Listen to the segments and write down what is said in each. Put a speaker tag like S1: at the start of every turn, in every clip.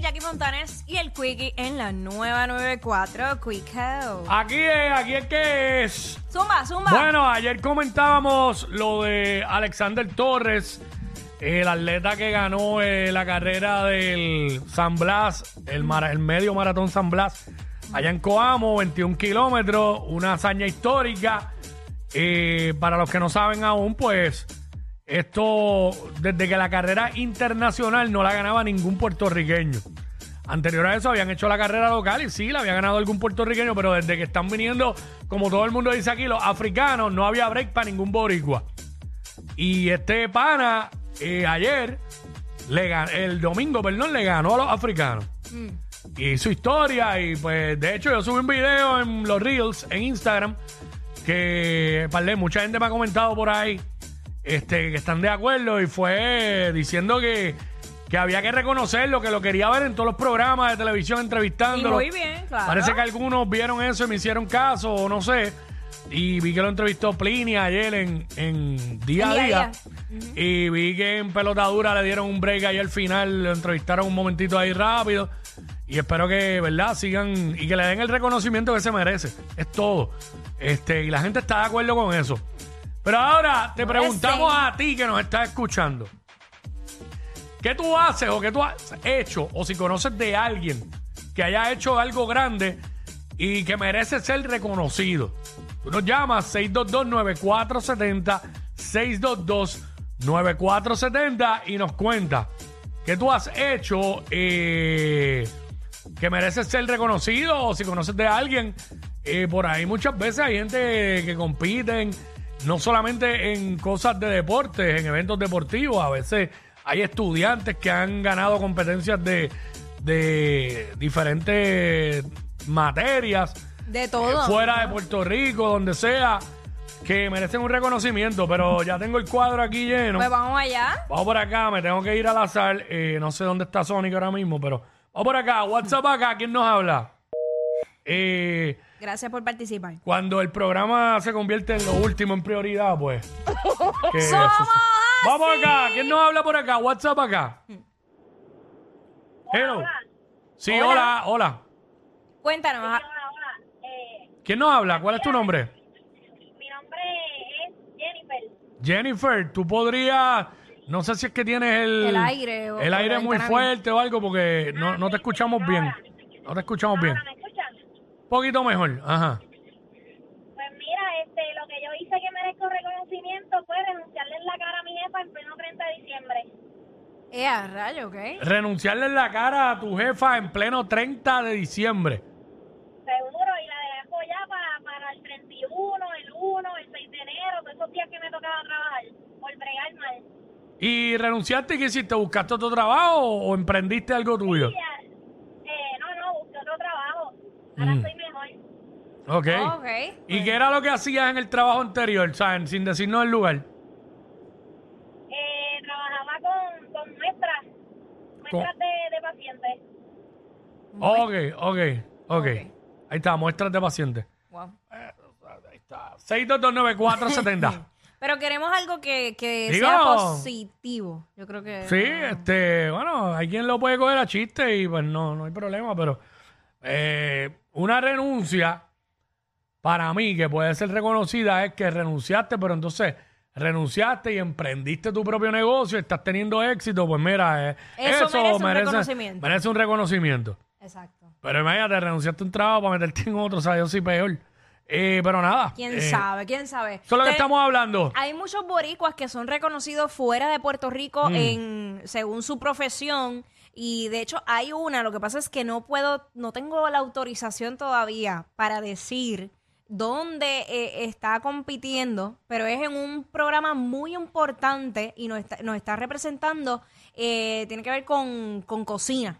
S1: Jackie Fontanes y el Quickie en la nueva 94, Quicko.
S2: Aquí es, aquí es que es.
S1: Zumba, zumba.
S2: Bueno, ayer comentábamos lo de Alexander Torres, el atleta que ganó eh, la carrera del San Blas, el, mara- el medio maratón San Blas, allá en Coamo, 21 kilómetros, una hazaña histórica. Eh, para los que no saben aún, pues esto, desde que la carrera internacional no la ganaba ningún puertorriqueño. Anterior a eso habían hecho la carrera local y sí, la había ganado algún puertorriqueño, pero desde que están viniendo, como todo el mundo dice aquí, los africanos, no había break para ningún boricua. Y este pana, eh, ayer, le gan- el domingo, perdón, le ganó a los africanos.
S1: Mm.
S2: Y hizo historia y pues, de hecho, yo subí un video en los Reels, en Instagram, que, parlé, mucha gente me ha comentado por ahí, este, que están de acuerdo y fue diciendo que, que había que reconocerlo, que lo quería ver en todos los programas de televisión entrevistándolo.
S1: Y muy bien, claro.
S2: Parece que algunos vieron eso y me hicieron caso, o no sé. Y vi que lo entrevistó Pliny ayer en, en Día a
S1: En
S2: Día.
S1: Día a
S2: Y vi que en pelotadura le dieron un break ahí al final, lo entrevistaron un momentito ahí rápido. Y espero que, ¿verdad? Sigan y que le den el reconocimiento que se merece. Es todo. Este, y la gente está de acuerdo con eso. Pero ahora te
S1: No
S2: preguntamos
S1: sé.
S2: a ti que nos estás escuchando. ¿Qué tú haces o qué tú has hecho o si conoces de alguien que haya hecho algo grande y que merece ser reconocido? Tú nos llamas 622-9470, 622-9470 y nos cuenta qué tú has hecho eh, que merece ser reconocido o si conoces de alguien. eh, por ahí muchas veces hay gente que compiten no solamente en cosas de deportes, en eventos deportivos, a veces hay estudiantes que han ganado competencias de, de diferentes materias
S1: De todo.
S2: eh, fuera de Puerto Rico, donde sea, que merecen un reconocimiento, pero ya tengo el cuadro aquí lleno.
S1: Pues vamos allá.
S2: Vamos por acá, me tengo que ir al azar. eh, no sé dónde está Sonic ahora mismo, pero vamos por acá. WhatsApp acá, ¿quién nos habla? Eh,
S1: Gracias por participar.
S2: cuando el programa se convierte en lo último en prioridad, pues. que eso
S1: ¡Somos
S2: sí. Vamos acá, ¿quién nos habla por acá? WhatsApp acá. Hello. Sí, hola,
S1: Hola.
S2: hola.
S1: Cuéntanos. ah,
S3: Ahora, eh,
S2: ¿Quién nos habla? ¿Cuál es tu nombre?
S3: mi nombre es Jennifer.
S2: Jennifer, tú podrías, no sé si es que tienes el,
S1: El aire o-
S2: el
S1: o
S2: aire
S1: la
S2: muy
S1: ventana.
S2: fuerte o algo porque no, no te escuchamos bien. No te escuchamos bien.
S3: Ahora, ¿me escuchas?
S2: Un poquito mejor, ajá.
S3: Pues mira, este, lo que yo hice que merezco reconocimiento fue renunciarle en la cara a mi jefa en pleno 30 de diciembre.
S1: Eh, a rayo, ¿ok?
S2: Renunciarle en la cara a tu jefa en pleno 30 de diciembre.
S3: Seguro, y la dejo ya para, para el 31, el 1, el 6 de enero, todos esos días que me tocaba trabajar por bregar mal.
S2: ¿Y renunciaste y qué hiciste? ¿Buscaste otro trabajo o emprendiste algo tuyo?
S3: Y ya, eh, no, no, busqué otro trabajo. Ahora
S2: Mm.
S3: estoy mejor.
S2: Ok.
S1: Ok.
S2: ¿Y qué era lo que hacías en el trabajo anterior, ¿saben? Sin decirnos el lugar.
S3: Eh, trabajaba con, con muestras, muestras de, de pacientes.
S2: Ok, ok, ok.
S1: Ok.
S2: Ahí está, muéstrate paciente.
S1: Wow.
S2: Ahí está. 6229470.
S1: Pero queremos algo que, que
S2: Digo-
S1: sea positivo. Yo creo que.
S2: Sí, este, bueno, hay quien lo puede coger a chiste y pues no, no hay problema, pero eh, una renuncia para mí que puede ser reconocida es que renunciaste, pero entonces renunciaste y emprendiste tu propio negocio, estás teniendo éxito, pues mira, eh,
S1: Eso merece un reconocimiento.
S2: merece un reconocimiento.
S1: Exacto.
S2: Pero imagínate, renunciaste a un trabajo para meterte en otro, o sea, yo sí peor. Eh, pero nada.
S1: ¿Quién
S2: eh,
S1: sabe? ¿Quién sabe?
S2: Eso es lo que
S1: Te-
S2: estamos hablando.
S1: Hay muchos boricuas que son reconocidos fuera de Puerto Rico
S2: Mm.
S1: en según su profesión y de hecho hay una, lo que pasa es que no puedo no tengo la autorización todavía para decir dónde eh, está compitiendo, pero es en un programa muy importante y nos está, nos está representando, eh, tiene que ver con, con cocina,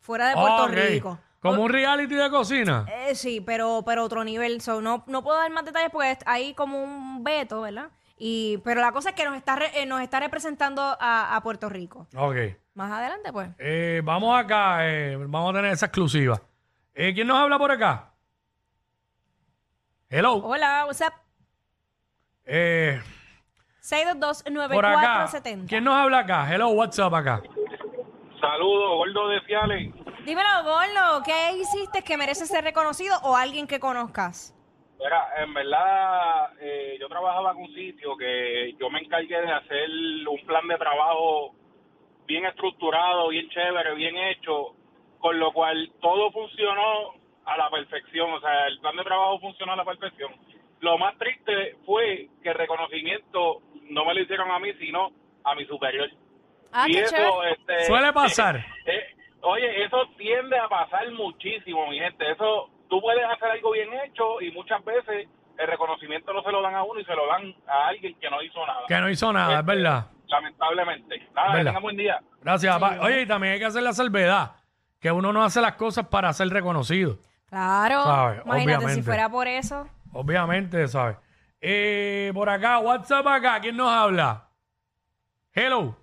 S1: fuera de Puerto
S2: Ah, Ok.
S1: Rico.
S2: Como un reality de cocina.
S1: Eh, sí, pero, pero otro nivel. So, no, no puedo dar más detalles porque est- hay como un veto, ¿verdad? Y, pero la cosa es que nos está, re- eh, nos está representando a, a Puerto Rico.
S2: Ok.
S1: Más adelante, pues.
S2: Eh, vamos acá, eh, vamos a tener esa exclusiva. Eh, ¿Quién nos habla por acá? Hello.
S1: Hola, WhatsApp.
S2: Eh, por acá. ¿Quién
S1: 622-9470.
S2: nos habla acá? Hello, WhatsApp acá.
S4: Saludos, gordo de Fiales.
S1: Dímelo, Gordo, ¿qué hiciste que merece ser reconocido o alguien que conozcas?
S4: Mira, en verdad, eh, yo trabajaba en un sitio que yo me encargué de hacer un plan de trabajo bien estructurado, bien chévere, bien hecho, con lo cual todo funcionó a la perfección, o sea, el plan de trabajo funcionó a la perfección. Lo más triste fue que el reconocimiento no me lo hicieron a mí, sino a mi superior.
S1: Ah,
S4: Y
S1: qué
S4: eso,
S1: chévere.
S4: este,
S2: Suele pasar.
S4: eh, oye, eso tiende a pasar muchísimo, mi gente. Eso, tú puedes hacer algo bien hecho y muchas veces el reconocimiento no se lo dan a uno y se lo dan a alguien que no hizo nada.
S2: Que no hizo nada, es
S4: Este,
S2: verdad.
S4: Lamentablemente. Nada, que
S2: ¿Verdad?
S4: tengan buen día.
S2: Gracias, papá. Oye, y también hay que hacer la salvedad, que uno no hace las cosas para ser reconocido.
S1: Claro.
S2: Sabe,
S1: Imagínate si
S2: obviamente.
S1: fuera por eso.
S2: Obviamente, ¿sabes? Eh, por acá, WhatsApp acá, ¿quién nos habla? Hello.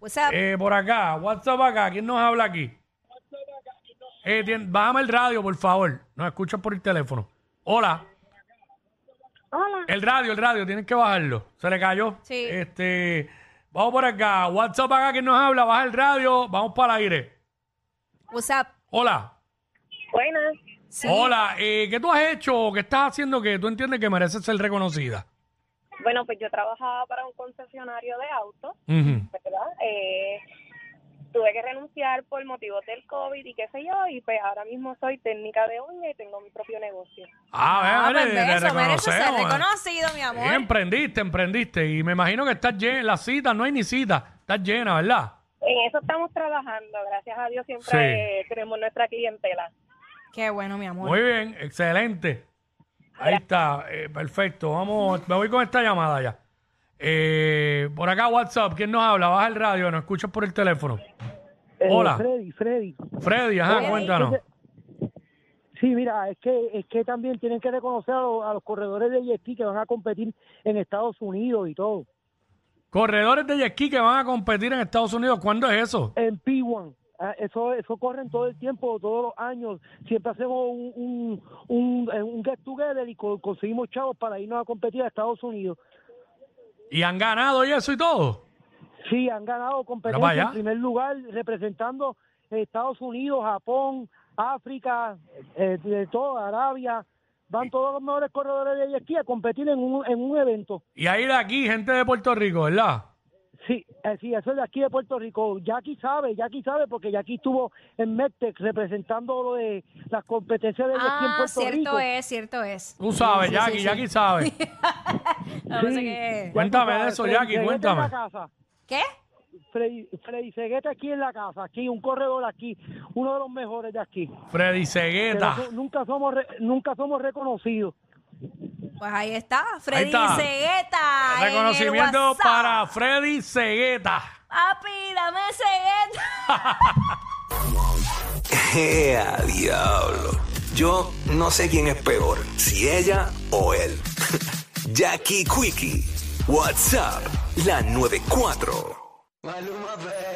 S1: O sea,
S2: Eh, por acá, WhatsApp acá, ¿quién nos habla aquí? Eh, tien- bájame el radio, por favor. Nos escuchas por el teléfono. Hola.
S3: Hola.
S2: El radio, el radio, tienes que bajarlo. Se le cayó.
S1: Sí.
S2: Este, vamos por acá. WhatsApp acá, ¿quién nos habla? Baja el radio, vamos para el aire.
S1: WhatsApp.
S2: Hola.
S3: Buenas.
S1: Sí.
S2: Hola, eh, ¿qué tú has hecho o qué estás haciendo que tú entiendes que mereces ser reconocida?
S3: Bueno, pues yo trabajaba para un concesionario de autos,
S2: Ujú.
S3: ¿verdad? Eh, tuve que renunciar por motivos del COVID y qué sé yo, y pues ahora mismo soy técnica de uña y tengo mi propio negocio.
S2: Ah,
S1: Ah,
S2: ve,
S1: pues
S2: ve,
S1: ve, eso
S2: te
S1: merece ser
S2: reconocemos, eh.
S1: reconocido, mi amor.
S2: Sí, Eh, emprendiste, emprendiste. Y me imagino que estás llena, las citas, no hay ni cita, estás llena, ¿verdad?
S3: En eso estamos trabajando, gracias a Dios siempre
S2: Sí.
S3: eh, tenemos nuestra clientela.
S1: Qué bueno, mi amor.
S2: Muy bien, excelente. Ahí está, eh, perfecto. Vamos, me voy con esta llamada ya. Eh, por acá WhatsApp, ¿quién nos habla? Baja el radio, nos escuchas por el teléfono.
S5: Eh,
S2: Hola.
S5: Freddy, Freddy.
S2: Freddy, ajá,
S1: Oye,
S2: cuéntanos.
S5: Sí, mira, es que es que también tienen que reconocer a los, a los corredores de ESPN que van a competir en Estados Unidos y todo.
S2: Corredores de jet ski que van a competir en Estados Unidos, ¿cuándo es eso?
S5: En P1. ah, Eso, eso corren todo el tiempo, todos los años. Siempre hacemos un, un, un, eh, un get together y co- conseguimos chavos para irnos a competir a Estados Unidos.
S2: ¿Y han ganado y eso y todo?
S5: Sí, han ganado
S2: para
S5: competencia
S2: allá.
S5: en primer lugar representando Estados Unidos, Japón, África, eh, de todo, Arabia. Van todos los mejores corredores de jet ski a competir en un, en un evento.
S2: Y ahí de aquí, gente de Puerto Rico, ¿verdad?
S5: Sí, eh, sí, eso es de aquí de Puerto Rico. Jackie sabe, Jackie sabe porque Jackie estuvo en Medtech representando lo de las competencias de jet ski en
S1: ah,
S5: Puerto
S1: cierto
S5: Rico.
S1: es, cierto es.
S2: Tú sabes,
S1: Sí, sí,
S2: Jackie,
S1: sí, sí.
S2: Jackie sabe.
S1: No,
S5: Sí,
S1: no sé qué.
S2: Cuéntame
S5: sabe,
S2: de eso,
S5: Freddy
S2: Jackie,
S5: Segueta en la
S2: cuéntame.
S5: casa.
S1: ¿Qué?
S5: Freddy, Freddy Segueta aquí en la casa, aquí, un corredor aquí, uno de los mejores de aquí.
S2: Freddy
S5: Pero
S2: Segueta.
S5: so- nunca somos re- nunca somos reconocidos.
S1: Pues ahí está, Freddy
S2: está.
S1: Segueta. en el
S2: Reconocimiento
S1: WhatsApp.
S2: para Freddy Segueta.
S1: Papi, dame Segueta.
S6: ¡Ea, diablo! Yo no sé quién es peor, si ella o él. Jackie Quickie, WhatsApp, la 94. Maluma, baby.